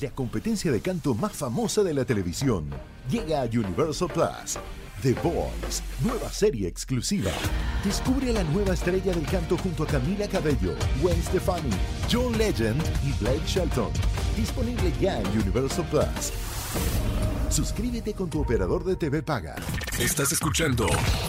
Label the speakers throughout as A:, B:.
A: la competencia de canto más famosa de la televisión. Llega a Universal Plus. The Voice, nueva serie exclusiva. Descubre a la nueva estrella del canto junto a Camila Cabello, Gwen Stefani, John Legend y Blake Shelton. Disponible ya en Universal Plus. Suscríbete con tu operador de TV Paga.
B: Estás escuchando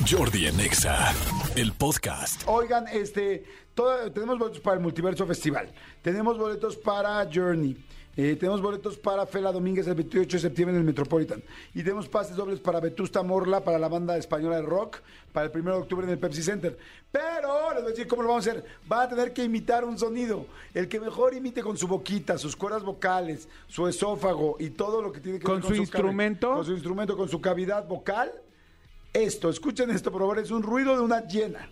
B: Jordi en Exa, el podcast.
C: Oigan, este, todo- tenemos boletos para el Multiverso Festival, tenemos boletos para Journey, eh, tenemos boletos para Fela Domínguez el 28 de septiembre en el Metropolitan y tenemos pases dobles para Vetusta Morla, para la banda española de rock, para el 1 de octubre en el Pepsi Center. Pero les voy a decir cómo lo vamos a hacer. Van a tener que imitar un sonido. El que mejor imite con su boquita, sus cuerdas vocales, su esófago y todo lo que tiene que
D: ¿Con
C: ver
D: su
C: cavi-
D: instrumento?
C: Con su instrumento, con su cavidad vocal. Esto, escuchen esto, por favor, es un ruido de una hiena.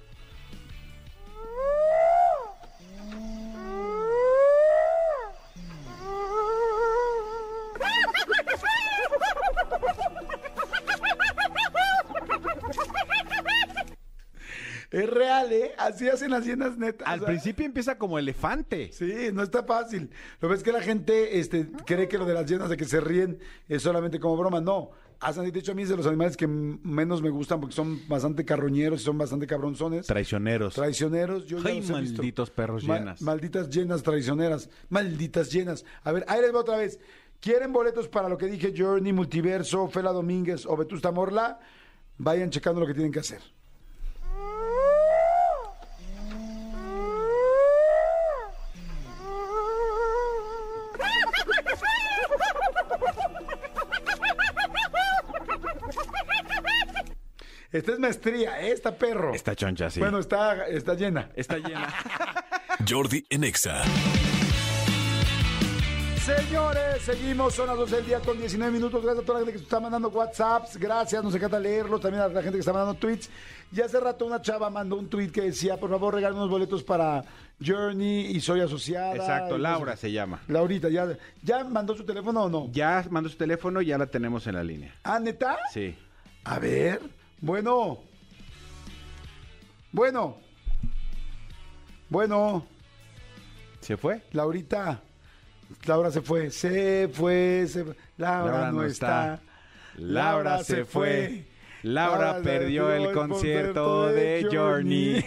C: Es real, ¿eh? Así hacen las hienas netas.
D: Al
C: O sea,
D: principio empieza como elefante.
C: Sí, no está fácil. Lo ves que la gente este, cree que lo de las hienas de que se ríen es solamente como broma. No. Hacen, de hecho, a mí es de los animales que m- menos me gustan porque son bastante carroñeros y son bastante cabronzones.
D: Traicioneros.
C: Traicioneros, yo ya
D: Ay,
C: los he visto.
D: malditos perros
C: Ma-
D: llenas.
C: malditas llenas traicioneras. Malditas llenas. A ver, ahí les va otra vez. ¿Quieren boletos para lo que dije Journey, Multiverso, Fela Domínguez o Vetusta Morla? Vayan checando lo que tienen que hacer. Esta es maestría, ¿eh? Está perro.
D: Está choncha, sí.
C: Bueno, está, está llena.
D: está llena.
B: Jordi en Exa.
C: Señores, seguimos, son las 12 del día con 19 minutos. Gracias a toda la gente que está mandando WhatsApps, gracias, nos encanta leerlos, también a la gente que está mandando tweets. Y hace rato una chava mandó un tweet que decía, por favor, regálame unos boletos para Journey y soy asociada.
D: Exacto,
C: Y no
D: Laura
C: sé-
D: se llama.
C: Laurita, ¿ya, ¿ya mandó su teléfono o no?
D: Ya mandó su teléfono, ya la tenemos en la línea.
C: ¿Ah, neta?
D: Sí.
C: A ver, bueno. Bueno. Bueno.
D: ¿Se fue?
C: Laurita. Laura se fue, se fue, se fue. Laura, no está.
D: Laura se fue. Laura perdió el concierto de Journey.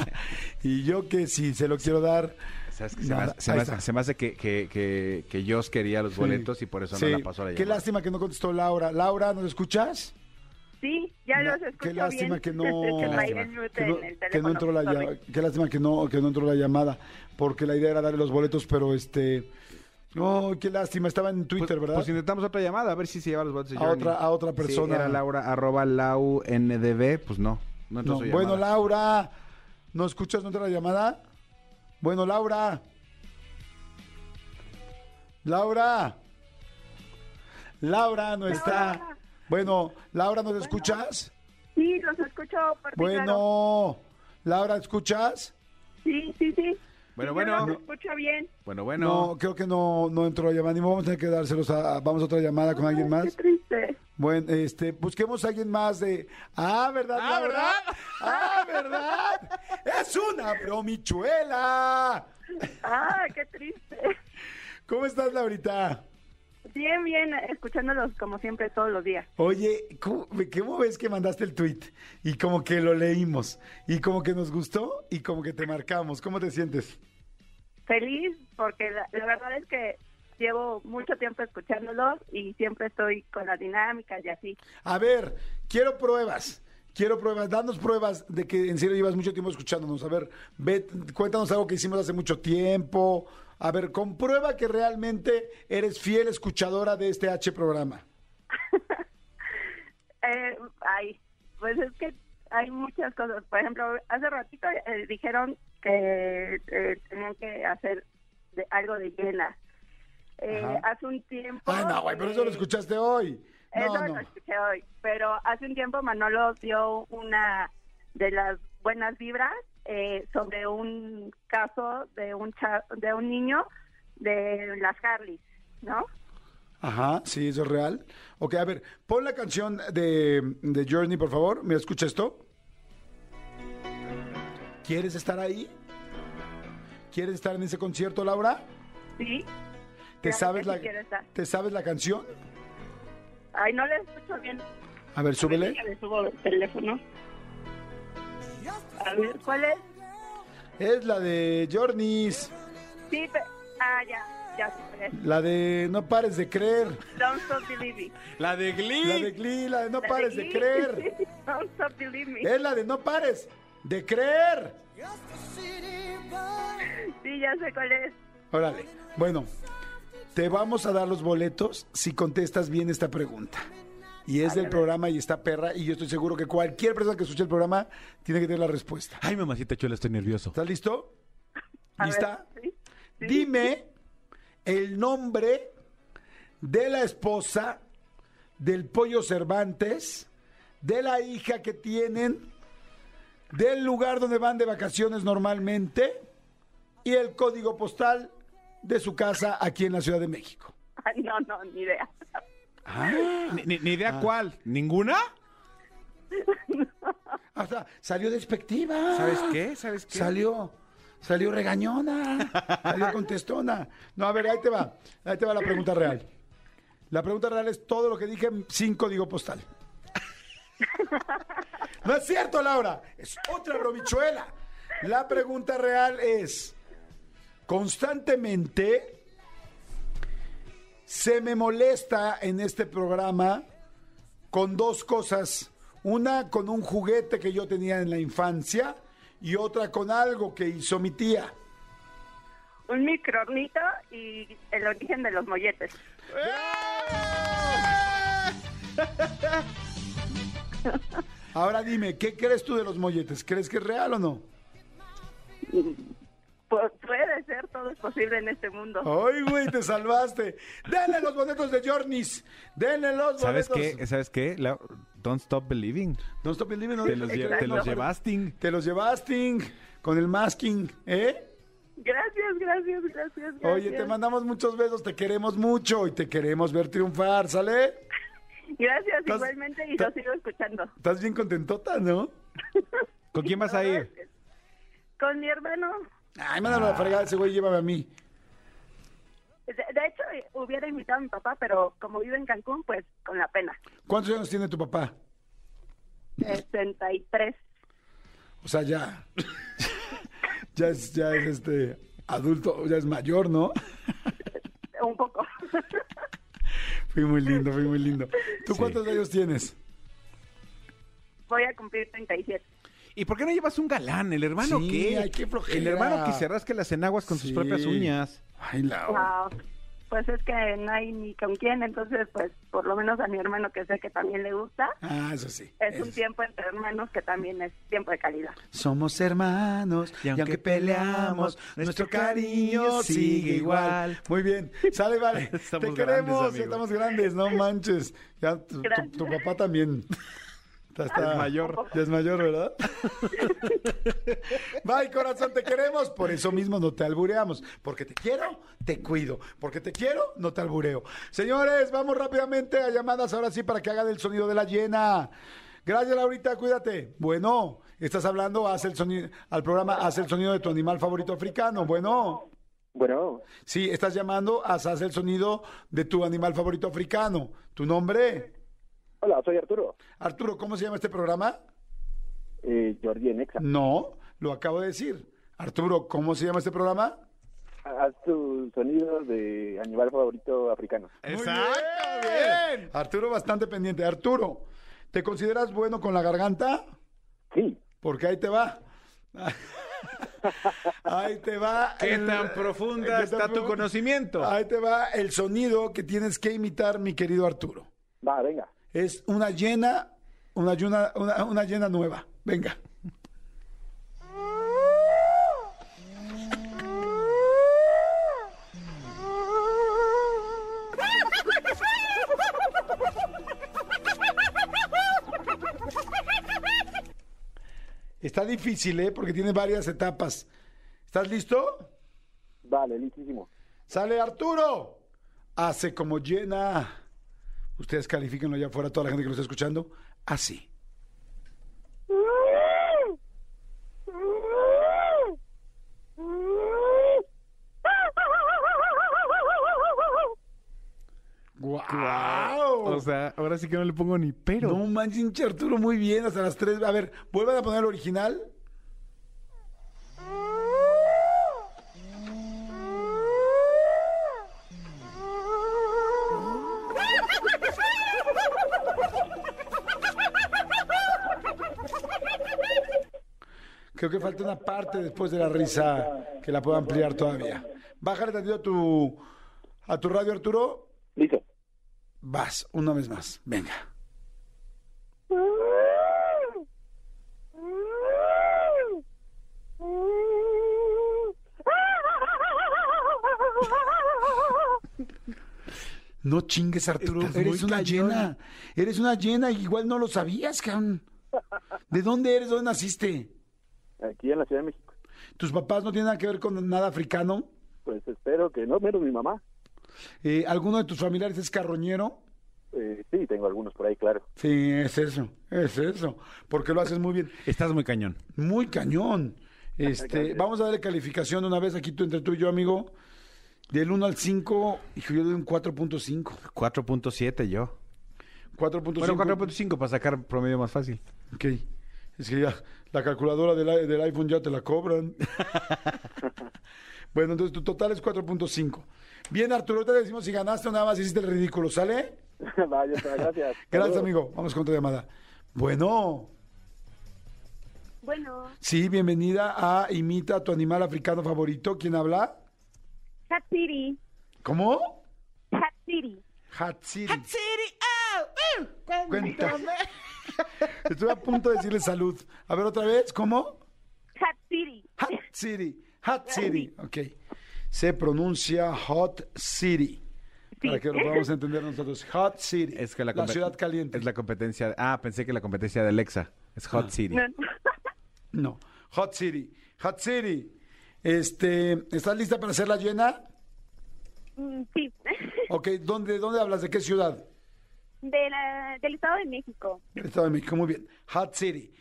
C: y yo que sí, se lo quiero dar.
D: ¿Sabes qué? Se, me
C: Nada,
D: hace, se
C: ahí
D: me
C: está.
D: hace- se me hace que, que, que, que Joss quería los boletos y por eso
C: Sí.
D: no la pasó la llamada.
C: Qué lástima que no contestó Laura. Laura, ¿nos escuchas?
E: Sí, ya
C: Na-
E: los escucho
C: Qué lástima
E: bien.
C: que no,
E: Traía el
D: lástima.
E: mute
C: que no-
E: en el
C: que no
E: teléfono,
C: entró la
E: sorry.
C: llamada. Qué lástima que no, que no entró la llamada, porque la idea era darle los boletos, pero este, no, qué lástima. Estaba en
D: Pues-
C: Twitter, ¿verdad?
D: Pues intentamos otra llamada, a ver si se lleva los boletos de
C: A
D: Journey.
C: otra- a otra
D: Sí,
C: persona.
D: era Laura, arroba laundb, pues no. No entró
C: No,
D: su
C: bueno,
D: llamada.
C: Laura, ¿no escuchas no entra la llamada? Bueno, Laura. Laura. Laura no está. Bueno, Laura, ¿nos escuchas?
E: Sí, los escucho por ti, claro.
C: Bueno, Laura, ¿escuchas?
E: Sí, sí, sí.
D: Bueno,
E: Yo
D: bueno.
E: los escucho bien.
D: Bueno,
C: No,
D: bueno.
C: creo que no, no entró la llamada. Ni modo, vamos a tener que dárselos a, a- Vamos a otra llamada con alguien
E: Qué
C: más.
E: triste.
C: Bueno, este, busquemos a alguien más de. Ah, ¿verdad?
D: Ah,
C: Laura?
D: ¿verdad?
C: Ah, ¿verdad? Es una bromichuela.
E: Ah, qué triste.
C: ¿Cómo estás, Laurita?
E: Bien, bien, escuchándolos como siempre todos los días.
C: Oye, ¿cómo, ¿cómo ves que mandaste el tweet? Y como que lo leímos, y como que nos gustó, y como que te marcamos. ¿Cómo te sientes?
E: Feliz porque la, la verdad es que llevo mucho tiempo escuchándolos y siempre estoy con las dinámicas y así.
C: A ver, quiero pruebas. Quiero pruebas, danos pruebas de que en serio llevas mucho tiempo escuchándonos. A ver, ve, cuéntanos algo que hicimos hace mucho tiempo. A ver, comprueba que realmente eres fiel escuchadora de este H programa.
E: Eh, ay, pues es que hay muchas cosas. Por ejemplo, hace ratito eh, dijeron que eh, tenían que hacer de- algo de llena. Eh,
C: Ajá.
E: hace un tiempo.
C: Ay, no, güey, pero eso lo
E: eh,
C: escuchaste hoy.
E: eso
C: No,
E: lo
C: no.
E: escuché hoy. Pero hace un tiempo Manolo dio una de las buenas vibras eh, sobre un caso de un cha- de un niño de las Harleys, ¿no?
C: Ajá, sí, eso es real. Ok, a ver, pon la canción de, de Journey, por favor. Mira, escucha esto. ¿Quieres estar ahí? ¿Quieres estar en ese concierto, Laura?
E: Sí.
C: Te ¿Te sabes,
E: que
C: la,
E: sí quiero estar.
C: ¿Te sabes la canción?
E: Ay, no le escucho bien.
C: A ver, súbele.
E: Le subo el teléfono. A ver, ¿cuál es?
C: Es la de Journeys,
E: Sí, pe- ah, ya, ya. sé.
C: la de No pares de creer,
E: Don't stop believing.
D: La de Glee.
C: la de Glee, la de No pares de
E: Sí,
C: creer. ¿Eh?
E: sí, Don't stop believing.
C: Es la de No pares de creer.
E: Sí, ya sé cuál es.
C: Órale. Bueno, te vamos a dar los boletos si contestas bien esta pregunta. Y es del programa y está perra. Y yo estoy seguro que cualquier persona que escuche el programa tiene que tener la respuesta.
D: Ay, mamacita chula, estoy nervioso.
C: ¿Estás listo?
E: A
C: ¿Lista?
E: ver, sí, sí.
C: Dime el nombre de la esposa del pollo Cervantes, de la hija que tienen, del lugar donde van de vacaciones normalmente y el código postal de su casa aquí en la Ciudad de México.
E: Ay, no, no, ni idea.
D: Ni, ni- ni
C: Ah.
D: idea cuál. ¿Ninguna?
C: Hasta salió despectiva.
D: ¿Sabes qué? ¿Sabes qué?
C: Salió, salió regañona, salió contestona. No, a ver, ahí te va, ahí te va la pregunta real. La pregunta real es todo lo que dije sin código postal. No es cierto, Laura, es otra bromichuela. La pregunta real es, constantemente se me molesta en este programa con dos cosas. Una con un juguete que yo tenía en la infancia y otra con algo que hizo mi tía.
E: Un microornito y el origen de los molletes.
C: Ahora dime, ¿qué crees tú de los molletes? ¿Crees que es real o no?
E: Pu- Pues, puede ser, todo es posible en este mundo.
C: ¡Ay, güey, te salvaste! ¡Denle los boletos de Journeys! ¡Denle los boletos!
D: ¿Sabes qué? ¿Sabes qué? La- Don't Stop Believing.
C: No stop believing, no
D: Te los, lle- te los
E: Exacto.
D: llevaste.
C: Te los llevaste con el masking, ¿eh?
E: Gracias, gracias, gracias, gracias.
C: Oye, te mandamos muchos besos, te queremos mucho y te queremos ver triunfar, ¿sale?
E: Gracias
C: Estás-
E: igualmente y
C: estás-
E: lo sigo escuchando.
C: Estás bien contentota, ¿no?
D: ¿Con quién vas a ir?
E: Con mi hermano.
C: Ay, mándalo a la fregada, ese güey llévame a mí.
E: De, de hecho, eh, hubiera invitado a mi papá, pero como vive en Cancún, pues con la pena.
C: ¿Cuántos años tiene tu papá? Mm.
E: 63.
C: O sea, ya. ya es, ya es este adulto, ya es mayor, ¿no?
E: Un poco.
C: Fui muy lindo, fui muy lindo. ¿Tú cuántos años tienes?
E: Voy a cumplir 37.
D: ¿Y por qué no llevas un galán? ¿El hermano
C: Sí,
D: qué?
C: ay, qué flojera.
D: El hermano que se rasque las enaguas con
C: Sí.
D: sus propias uñas.
C: Ay, la.
E: Wow. Pues es que no hay ni con quién, entonces, pues por lo menos a mi hermano que sé que también le gusta.
C: Ah, eso sí.
E: Es
C: eso
E: un
C: sí.
E: tiempo entre hermanos que también es tiempo de calidad.
C: Somos hermanos y aunque, peleamos, nuestro cariño sigue igual. Muy bien, sale, vale.
D: Estamos
C: Te queremos,
D: grandes, amigo.
C: estamos grandes, no manches. Ya tu, tu-
E: Gracias.
C: tu papá también. Ya está-
D: Es mayor.
C: Ya es mayor, ¿verdad? Bye, corazón, te queremos. Por eso mismo no te albureamos. Porque te quiero, te cuido. Porque te quiero, no te albureo. Señores, vamos rápidamente a llamadas ahora sí para que hagan el sonido de la llena. Gracias, Laurita, cuídate. Bueno, estás hablando, haz el sonido, al programa, haz el sonido de tu animal favorito africano. Bueno.
F: Bueno,
C: Sí, estás llamando, haz, haz el sonido de tu animal favorito africano. ¿Tu nombre?
F: hola, soy Arturo,
C: Arturo, ¿cómo se llama este programa?
F: eh, Jordi en Exa.
C: No, lo acabo de decir. Arturo, ¿cómo se llama este programa?
F: Haz tu sonido de animal favorito africano.
C: Muy bien. Arturo, bastante pendiente. Arturo, ¿te consideras bueno con la garganta?
F: Sí,
C: Porque ahí te va. Ahí te va.
D: ¿Qué tan profunda
C: tan
D: está tu
C: profunda?
D: conocimiento?
C: Ahí te va el sonido que tienes que imitar, mi querido Arturo.
F: va, venga.
C: Es una llena, una llena, una, una llena nueva. Venga. Está difícil, ¿eh? Porque tiene varias etapas. ¿Estás listo?
F: Vale, listísimo.
C: Sale Arturo. Hace como llena. Ustedes califíquenlo allá afuera, toda la gente que lo está escuchando. Así. ¡Guau!
D: O sea, ahora sí que no le pongo ni pero.
C: No manches, hinche Arturo, muy bien, hasta las 3. A ver, vuelvan a poner el original. Creo que falta una parte después de la risa que la puedo ampliar todavía. Bájale tantito a tu, a tu radio, Arturo.
F: Listo.
C: Vas, una vez más. Venga. No chingues, Arturo.
D: Estás
C: eres
D: muy
C: una
D: cañón.
C: llena. Eres una llena y igual no lo sabías, cabrón. ¿De dónde eres? ¿Dónde naciste?
F: Aquí en la Ciudad de México.
C: ¿Tus papás no tienen nada que ver con nada africano?
F: Pues espero que no, menos mi mamá.
C: Eh, ¿Alguno de tus familiares es carroñero?
F: Eh, sí, tengo algunos por ahí, claro.
C: Sí, es eso, es eso. Porque lo haces muy bien.
D: Estás muy cañón.
C: Muy cañón. Este,
F: Gracias.
C: vamos a darle calificación una vez aquí tú, entre tú y yo, amigo. Del 1 al 5, hijo, yo doy un 4.5.
D: 4.7 yo.
C: Pues 4.5.
D: Bueno, 4.5 para sacar promedio más fácil.
C: Ok. Es que ya la calculadora del, i- del iPhone ya te la cobran. bueno, entonces tu total es 4.5. Bien, Arturo, te decimos si ganaste o nada más hiciste el ridículo, ¿sale?
F: Vaya, pues, gracias.
C: Gracias,
F: Saludos.
C: amigo. Vamos con tu llamada. Bueno,
E: Bueno,
C: sí, bienvenida a Imita a tu animal africano favorito. ¿Quién habla?
E: Hat City,
C: ¿Cómo?
E: Hat City.
C: Hatsiri. Hatsiri, oh, cuéntame. Estuve a punto de decirle salud. A ver, otra vez, ¿cómo?
E: Hat City.
C: Hot City, Hot City, ok. Se pronuncia Hot City. Para que lo podamos entender nosotros. Hot City.
D: Es que la,
C: la
D: compe-
C: ciudad caliente. Ah.
D: Es la competencia. Ah, pensé que la competencia de Alexa. Es Hot City.
E: No, no.
C: No. Hot City. Hot City. Este, ¿estás lista para hacer la llena?
E: Mm, Sí,
C: Ok, ¿dónde, dónde hablas? ¿De qué ciudad?
E: De la- del Estado de México.
C: Del Estado de México, muy bien. Hot City.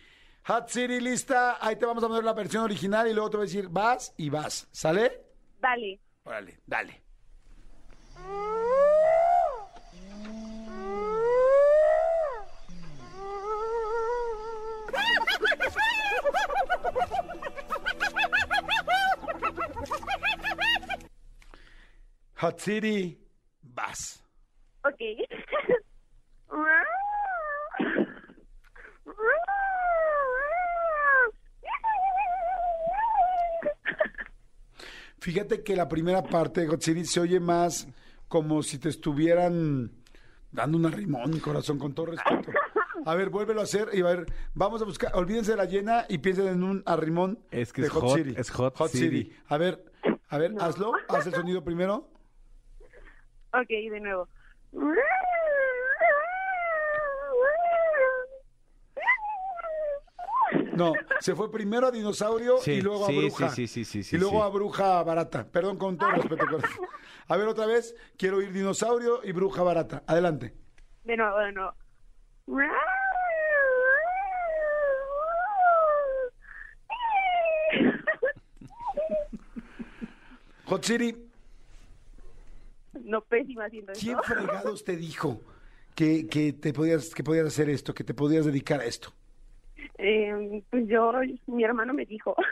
C: Hot City, lista. Ahí te vamos a poner la versión original y luego te voy a decir vas y vas. ¿Sale?
E: Vale.
C: Órale, dale. Hot City, vas.
E: Ok.
C: Fíjate que la primera parte de Hot City se oye más como si te estuvieran dando una rimón, corazón, con todo respeto. A ver, vuélvelo a hacer y a ver, vamos a buscar, olvídense de la llena y piensen en un arrimón
D: Es que
C: de
D: es hot- es hot
C: City.
D: City.
C: A ver, a ver, hazlo, haz el sonido primero.
E: Ok, de nuevo.
C: No, se fue primero a dinosaurio
D: Sí,
C: y luego
D: sí,
C: a bruja.
D: sí, sí, sí, sí,
C: y luego
D: sí.
C: a bruja barata. Perdón, con todo respeto. corazón. A ver, otra vez, quiero ir dinosaurio y bruja barata. Adelante.
E: De nuevo, de nuevo.
C: Hot City,
E: No, pésima haciendo
C: ¿Quién
E: eso.
C: fregados te dijo que, que te podías, que podías hacer esto, que te podías dedicar a esto?
E: Eh, pues yo, mi hermano me dijo.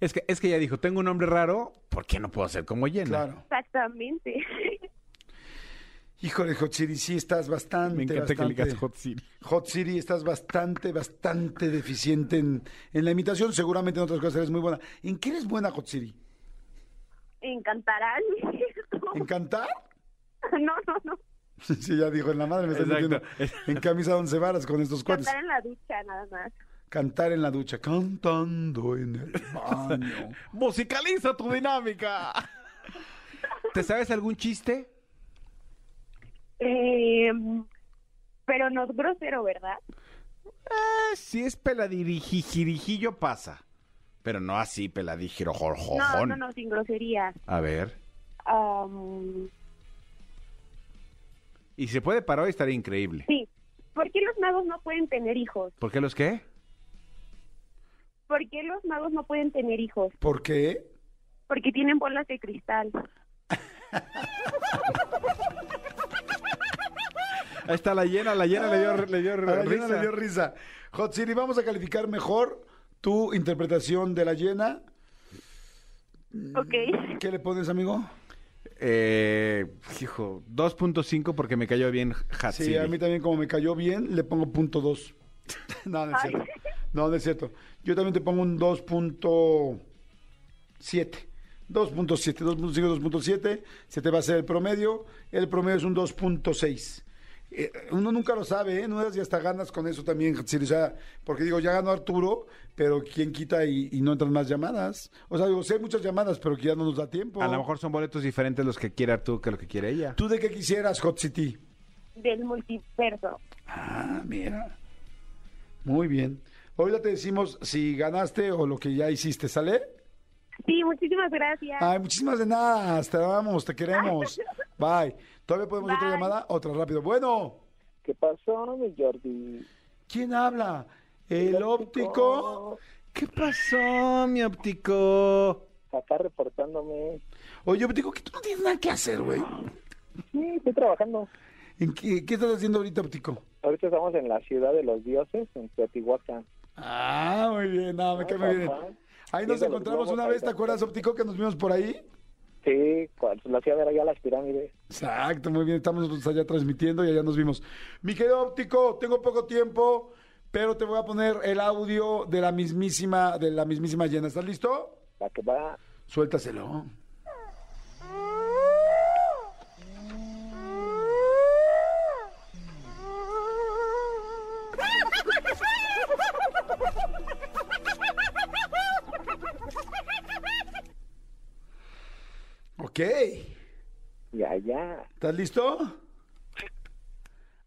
D: Es que es que ella dijo, tengo un nombre raro, ¿por qué no puedo ser como llena?
C: Claro.
E: Exactamente.
C: Híjole, Hot City, sí estás bastante.
D: Me encanta que le
C: bastante-
D: digas Hot City.
C: Hot City, estás bastante, bastante deficiente en, en la imitación. Seguramente en otras cosas eres muy buena. ¿En qué eres buena, Hot City?
E: Encantarán.
C: ¿En cantar?
E: No, no, no.
C: Sí, ya dijo, en la madre me estás
D: Exacto.
C: metiendo en camisa once varas con estos cuates.
E: Cantar en la ducha, nada más.
C: Cantar en la ducha, cantando en el baño.
D: Musicaliza tu dinámica. ¿Te sabes algún chiste?
E: Eh, pero no es grosero, ¿verdad?
D: Eh, si es peladirijijijillo pasa. Pero no así
E: No,
D: peladijirojorjojón.
E: no, no, sin grosería.
D: A ver.
E: Am,
D: Y se puede parar hoy, estaría increíble.
E: sí. ¿Por qué los magos no pueden tener hijos?
D: ¿Por qué los qué?
E: ¿Por qué los magos no pueden tener hijos?
C: ¿Por qué?
E: Porque tienen bolas de cristal.
D: Ahí está la llena, la llena le dio, le dio
C: A Ah, la llena
D: risa.
C: le dio risa. Hot City, vamos a calificar mejor tu interpretación de la llena.
E: Ok.
C: ¿Qué le pones, amigo?
D: Eh, hijo, 2.5 porque me cayó bien
C: Sí,
D: Hatsiri.
C: a mí también como me cayó bien, le pongo punto dos. no, no es
E: Ay.
C: cierto. No, no es cierto. Yo también te pongo un 2.7. 2.7, 2.5, 2.7. Se te va a hacer el promedio. El promedio es un 2.6. Eh, uno nunca lo sabe, ¿eh? No es y hasta ganas con eso también, Hatsiri. O sea, porque digo, ya ganó Arturo, pero ¿quién quita y, y no entran más llamadas? O sea, digo, sí hay muchas llamadas, pero que ya no nos da tiempo.
D: A lo mejor son boletos diferentes los que quiere Arturo que lo que quiere ella.
C: ¿Tú de qué quisieras, Hot City?
E: Del multiverso.
C: Ah, mira. Muy bien. Ahorita te decimos si ganaste o lo que ya hiciste, ¿sale?
E: Sí, muchísimas gracias.
C: Ay, muchísimas de nada. Te amamos, te queremos. Bye. ¿Todavía podemos otra
E: Bye.
C: llamada? Otra, rápido. Bueno,
F: ¿Qué pasó, mi Jordi?
C: ¿quién habla? El óptico.
D: ¿Qué pasó, mi óptico?
F: Acá reportándome.
C: Oye, óptico, que tú no tienes nada que hacer, güey.
F: Sí, estoy trabajando.
C: ¿En qué, qué estás haciendo ahorita, óptico?
F: Ahorita estamos en la ciudad de los dioses, en Teotihuacán.
C: Ah, muy bien. No, me cae muy bien. Ahí nos encontramos una vez, ¿te acuerdas, óptico, que nos vimos por ahí?
F: Sí, cuando la ciudad era ya las pirámides.
C: Exacto, muy bien. Estamos nosotros allá transmitiendo y allá nos vimos. Mi querido óptico, tengo poco tiempo, pero te voy a poner el audio de la mismísima, de la mismísima llena. ¿Estás listo?
F: La que va
C: Suéltaselo. Ok.
F: y allá.
C: ¿Estás listo?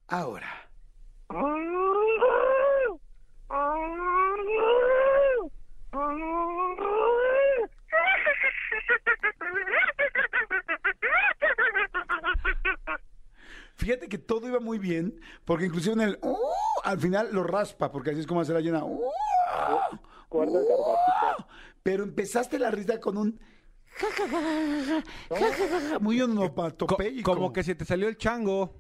C: Ahora. Fíjate que todo iba muy bien, porque inclusive en el "Uh", al final lo raspa, porque así es como hace la llena. "Uh",
F: Cuerdas
C: "Uh", pero empezaste la risa con un ja, ja, ja, ja, ja, ja, ja, ja, muy
D: Co-
C: onomatopéyico.
D: como que se te salió el chango.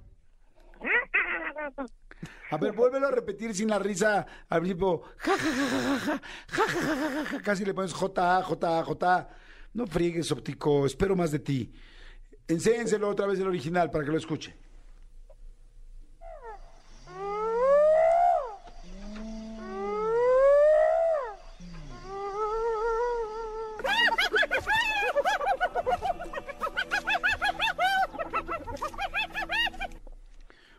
C: A ver, vuélvelo a repetir sin la risa al principio. Ja, ja, ja, ja, ja, ja, ja, ja, ja, ja, ja. Casi le pones J, J, J. No friegues, óptico, espero más de ti. Enséñenselo otra vez el original para que lo escuche.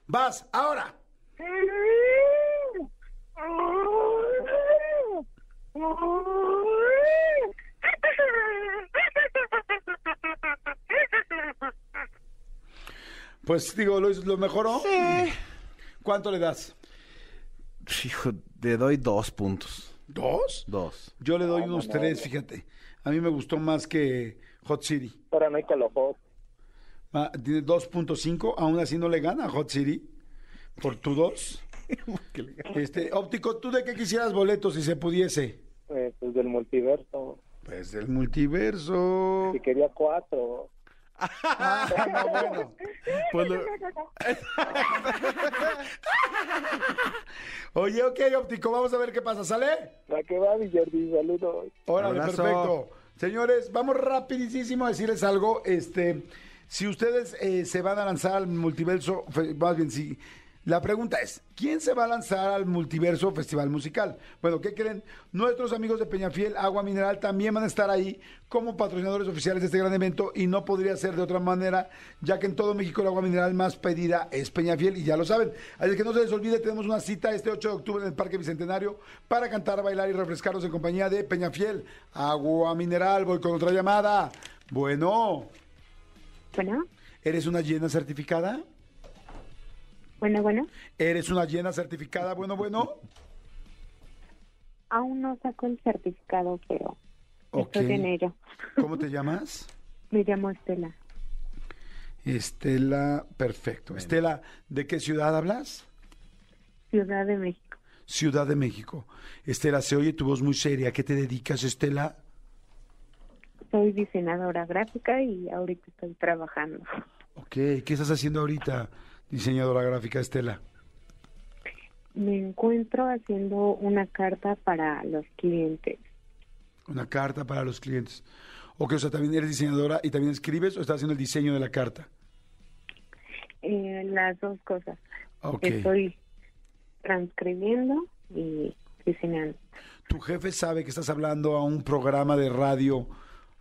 C: Vas, ahora. Pues digo, ¿lo, hizo- lo mejoró? ¿Cuánto le das?
D: Hijo, te doy dos puntos.
C: ¿Dos?
D: Dos.
C: Yo le doy unos tres, fíjate. A mí me gustó más que Hot City.
F: Ahora no hay colofón.
C: Ah, Tiene 2.5, aún así no le gana a Hot City por tu 2. Este, óptico, ¿tú de qué quisieras boletos si se pudiese?
F: eh, pues del multiverso.
C: Pues del multiverso.
F: Si quería cuatro.
C: Ah, no, bueno.
D: Pues lo-
C: Oye, ok, óptico, vamos a ver qué pasa, ¿sale?
F: La que va, mi Jordi, saludos.
C: Órale,
D: Abrazo.
C: perfecto. Señores, vamos rapidísimo a decirles algo. Este, si ustedes eh, se van a lanzar al multiverso, fe- más bien sí. La pregunta es, ¿quién se va a lanzar al Multiverso Festival Musical? Bueno, ¿qué creen? Nuestros amigos de Peñafiel, Agua Mineral, también van a estar ahí como patrocinadores oficiales de este gran evento y no podría ser de otra manera, ya que en todo México el agua mineral más pedida es Peñafiel y ya lo saben. Así que no se les olvide, tenemos una cita este 8 de octubre en el Parque Bicentenario para cantar, bailar y refrescarnos en compañía de Peñafiel. Agua mineral, voy con otra llamada. Bueno,
E: Bueno,
C: ¿eres una llena certificada?
E: bueno, bueno.
C: ¿Eres una llena certificada? Bueno, bueno.
E: Aún no saco el certificado, pero
C: Ok.
E: estoy en ello.
C: ¿Cómo te llamas?
E: Me llamo Estela.
C: Estela, perfecto. Estela, ¿de qué ciudad hablas?
E: Ciudad de México.
C: Ciudad de México. Estela, se oye tu voz muy seria. ¿A qué te dedicas, Estela?
E: Soy diseñadora gráfica y ahorita estoy trabajando.
C: Ok, ¿qué estás haciendo ahorita? diseñadora gráfica Estela?
E: Me encuentro haciendo una carta para los clientes.
C: Una carta para los clientes. Ok, o sea, también eres diseñadora y también escribes o estás haciendo el diseño de la carta.
E: Eh, las dos cosas.
C: Ok.
E: Estoy transcribiendo y diseñando.
C: ¿Tu jefe sabe que estás hablando a un programa de radio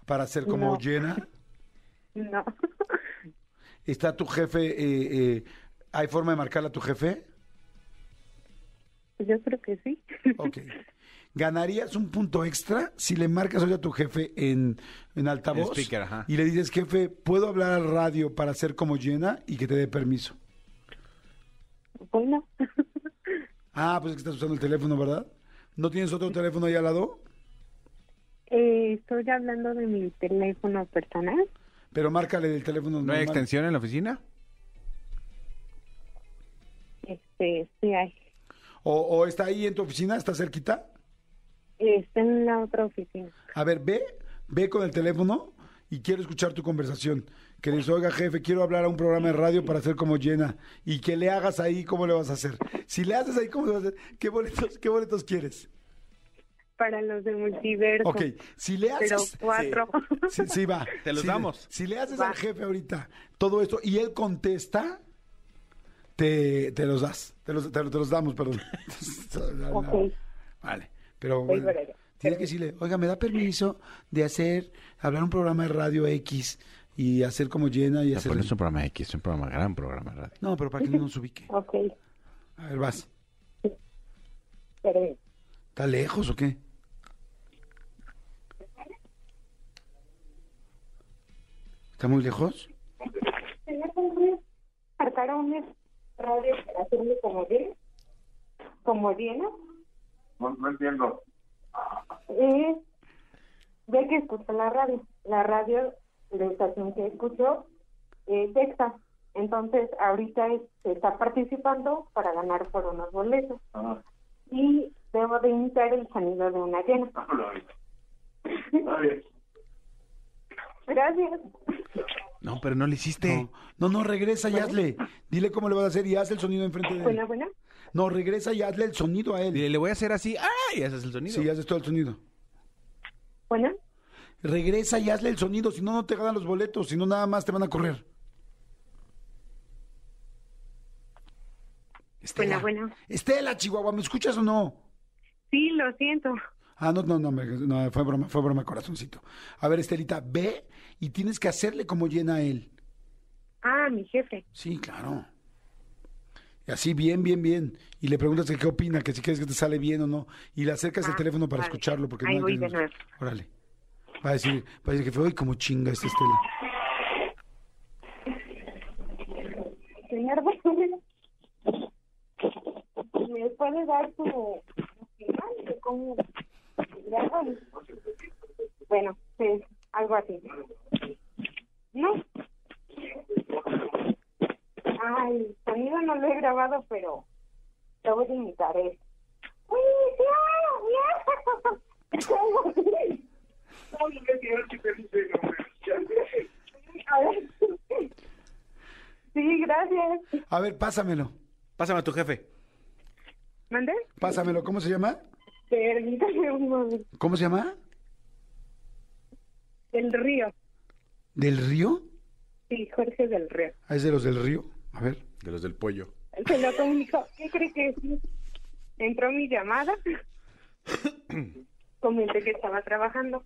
C: para hacer como
E: No.
C: llena?
E: No,
C: ¿Está tu jefe? eh, eh, ¿Hay forma de marcarla a tu jefe?
E: yo creo que sí.
C: Ok. ¿Ganarías un punto extra si le marcas hoy a tu jefe en, en altavoz
D: En speaker, ajá.
C: y le dices, jefe, ¿puedo hablar al radio para hacer como llena y que te dé permiso?
E: Bueno,
C: Ah, pues es que estás usando el teléfono, ¿verdad? ¿No tienes otro teléfono ahí al lado?
E: eh, estoy hablando de mi teléfono personal.
C: Pero márcale del teléfono
D: ¿No hay
C: normal.
D: extensión en la oficina?
E: Este, sí hay.
C: O, o está ahí en tu oficina, está cerquita.
E: Está en la otra oficina.
C: A ver, ve, ve con el teléfono y quiero escuchar tu conversación. Que les oiga, jefe, quiero hablar a un programa de radio para hacer como llena. Y que le hagas ahí, ¿cómo le vas a hacer? Si le haces ahí, ¿cómo le vas a hacer? ¿Qué boletos, qué boletos quieres?
E: Para los de multiverso.
C: Ok, si le
E: Pero
C: haces...
E: cuatro.
C: Sí, sí, va.
D: Te los
C: Si-
D: damos.
C: Si le haces
E: Va.
C: al jefe ahorita todo esto y él contesta, te, te los das. Te los, te, los- te los damos, perdón.
E: Ok.
C: Vale, pero
E: Voy
C: bueno.
E: para allá.
C: Tienes que decirle, oiga, ¿me da permiso de hacer, hablar un programa de Radio X y hacer como llena y
D: No,
C: hacer...
D: pero no es un programa X, es un programa, gran programa de radio.
C: No, pero para que no nos ubique.
E: Ok,
C: A ver, vas.
E: perdón.
C: ¿Está lejos o qué? ¿Está muy lejos?
E: Marcarones, radio para hacerme como bien. Como bien.
F: No, no entiendo.
E: Es de que escucho la radio. La radio, la estación que escucho, es Texas. Entonces, ahorita es- se está participando para ganar por unos boletos.
F: Ah,
E: Y debo de imitar el sonido de una llena.
F: habla ahorita. Está bien.
E: Gracias.
D: No, pero no lo hiciste.
C: No, Este, no, no, regresa y hazle. Dile cómo le vas a hacer y haz el sonido enfrente de
E: Bueno,
C: él.
E: bueno.
C: No, regresa y hazle el sonido a
D: Dile,
C: él.
D: le voy a hacer así. ¡Ah! Y haces el sonido.
C: Sí, haces todo el sonido.
E: Bueno,
C: Regresa y hazle el sonido, si no, no te ganan los boletos, si no, nada más te van a correr. Estela,
E: Bueno, bueno.
C: Estela, Chihuahua, ¿me escuchas o no?
E: sí, lo siento.
C: Ah, no, no, no, me- no, fue broma, fue broma, corazoncito. A ver, Estelita, ve y tienes que hacerle como llena a él.
E: Ah, mi jefe.
C: Sí, claro. Y así, bien, bien, bien. Y le preguntas que qué opina, que si crees que te sale bien o no. Y le acercas el
E: Ah,
C: teléfono para
E: vale.
C: escucharlo. Porque
E: Ahí
C: no hay
E: voy de
C: teléfono.
E: nuevo.
C: Órale. Va a decir, va a decir que fue, uy, como chinga esta Estela.
E: Señor, ¿me puede dar su final de cómo le hago? Bueno, pues algo así. ¿No? Ay, el sonido no lo he grabado, pero lo voy a imitar. Es... ¡Uy, ya, ya! A ver. Sí, gracias.
C: A ver, pásamelo.
D: Pásame a tu jefe.
E: ¿Mandé?
C: Pásamelo. ¿Cómo se llama?
E: Permítame un momento.
C: ¿Cómo se llama?
E: Del Río.
C: ¿Del Río?
E: Sí, Jorge del Río.
C: Ah, es de los del Río. A ver.
D: De los del pollo.
E: Se lo comunicó. ¿Qué cree que sí? Entró mi llamada. Comenté que estaba trabajando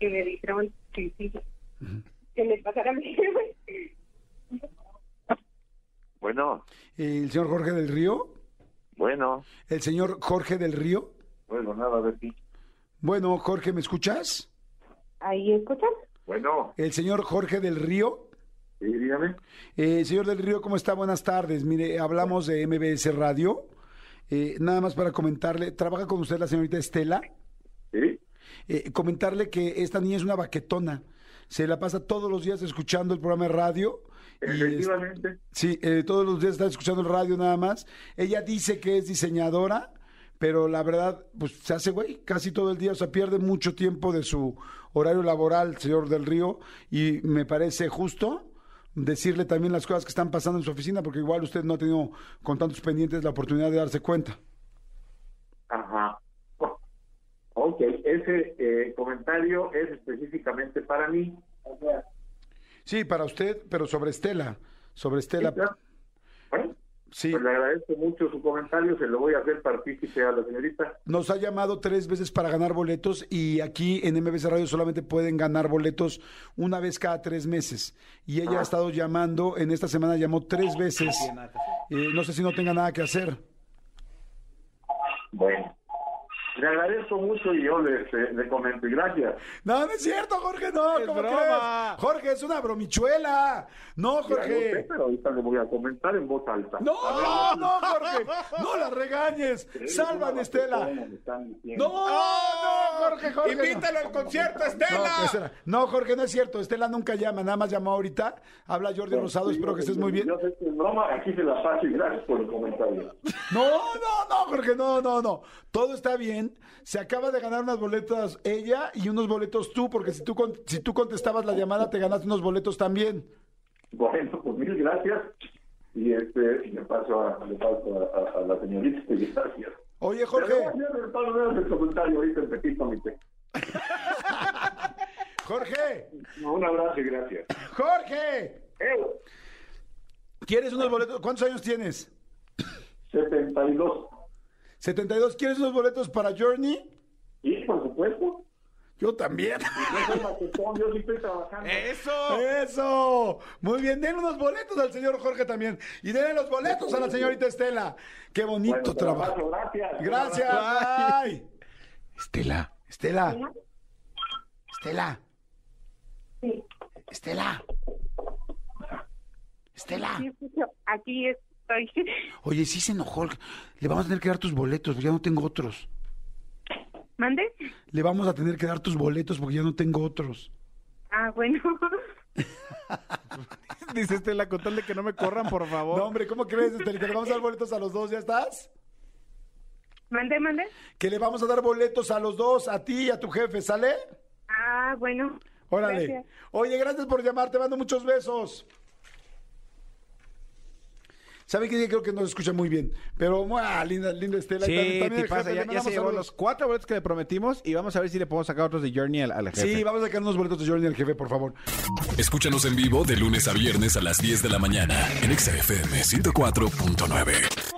E: y me dijeron que sí. Que le pasara a mi jefe.
F: Bueno,
C: El señor Jorge del Río.
F: bueno,
C: El señor Jorge del Río.
F: bueno, nada, Betty.
C: Bueno, Jorge, ¿me escuchas?
E: Ahí escuchas.
F: Bueno,
C: El señor Jorge del Río.
F: sí, dígame.
C: Eh, señor del Río, ¿cómo está? Buenas tardes. Mire, hablamos de MBS Radio. Eh, nada más para comentarle, trabaja con usted la señorita Estela.
F: Sí,
C: Eh, comentarle que esta niña es una baquetona. Se la pasa todos los días escuchando el programa de radio. y,
F: efectivamente.
C: es- sí, eh, todos los días está escuchando el radio nada más. Ella dice que es diseñadora, pero la verdad, pues se hace güey casi todo el día. O sea, pierde mucho tiempo de su horario laboral, señor del Río. Y me parece justo decirle también las cosas que están pasando en su oficina, porque igual usted no ha tenido con tantos pendientes la oportunidad de darse cuenta.
G: Ajá. Ok, ese eh, comentario es específicamente para mí. O sea,
C: Sí, para usted, pero sobre Estela, sobre Estela.
G: claro. bueno,
C: Sí,
G: pues le agradezco mucho su comentario, se lo voy a hacer partícipe a la señorita.
C: nos ha llamado tres veces para ganar boletos y aquí en MBC Radio solamente pueden ganar boletos una vez cada tres meses. Y ella ha estado llamando, en esta semana llamó tres veces. Eh, no sé si no tenga nada que hacer.
G: Bueno, le agradezco mucho y yo le, se- le comento. Y gracias.
C: No, no es cierto, Jorge, no,
D: Es
C: ¿cómo
D: broma.
C: crees? Jorge, es una bromichuela. No,
G: Ya lo sé,
C: Jorge.
G: pero ahorita le voy a comentar en voz alta.
C: No, no, Jorge. No la regañes.
G: Eres una
C: Salvan a Estela.
G: basura, me están diciendo.
C: No,
D: Ah.
C: no, Jorge, Jorge. Invítalo al concierto,
D: este.
C: Estela. No, Estela. No, Jorge, no es cierto. Estela nunca llama, nada más llamó ahorita. Habla Jordi Rosado, espero que estés muy bien.
G: Yo sé que es broma, aquí se la paso y gracias por el comentario.
C: No, no, no, Jorge, no, no, no. Todo está bien. Se acaba de ganar unas boletas ella y unos boletos tú, porque si tú, con- si tú contestabas la llamada, te ganaste unos boletos también.
G: Bueno, pues mil gracias. Y este, y le paso a, le paso a, a- a la señorita. y Gracias.
C: Oye,
G: Pero voy
C: Jorge,
G: a hacer el pago de ese comentario ahorita en Petit Comité.
C: Jorge,
G: Un abrazo y gracias.
C: Jorge.
G: Eh,
C: ¿Quieres unos boletos? ¿Cuántos años tienes?
G: 72.
C: 72. ¿Quieres unos boletos para Journey?
G: Y por supuesto,
C: Yo también.
G: yo soy maquetón, yo sí estoy trabajando.
C: Eh,
D: ¡Eso!
C: Eso. Muy bien, den unos boletos al señor Jorge también. Y denle los boletos a la señorita Estela. Qué bonito
G: Bueno, te la
C: trabajo.
G: paso, Gracias. Un
C: Gracias.
G: abrazo.
C: Bye.
D: Estela,
C: Estela. Estela.
H: Sí,
C: Estela. Estela.
E: Sí, escucho. Aquí estoy.
C: Oye, sí se enojó. Le vamos a tener que dar tus boletos, porque ya no tengo otros.
E: ¿Mande?
C: Le vamos a tener que dar tus boletos porque ya no tengo otros.
E: Ah, bueno.
D: dice Estela, con tal de que no me corran, por favor.
C: No, hombre, ¿cómo crees, Estela? Que le vamos a dar boletos a los dos, ¿ya estás?
E: ¿Mande, mande?
C: Que le vamos a dar boletos a los dos, a ti y a tu jefe, ¿sale?
E: Ah, bueno.
C: Órale.
E: Gracias.
C: Oye, gracias por llamar, te mando muchos besos. ¿Sabe qué? Creo que no se escucha muy bien, pero ¡mua! linda, linda Estela. Y
D: Sí,
C: también- también al
D: tipaza,
C: jefe le
D: ya, ya se
C: mandamos
D: llevó
C: saludos.
D: los cuatro boletos que le prometimos y vamos a ver si le podemos sacar otros de Journey al, al jefe.
C: Sí, vamos a sacar unos boletos de Jordi al jefe, por favor.
B: Escúchanos en vivo de lunes a viernes a las 10 de la mañana en Exa FM 104.9.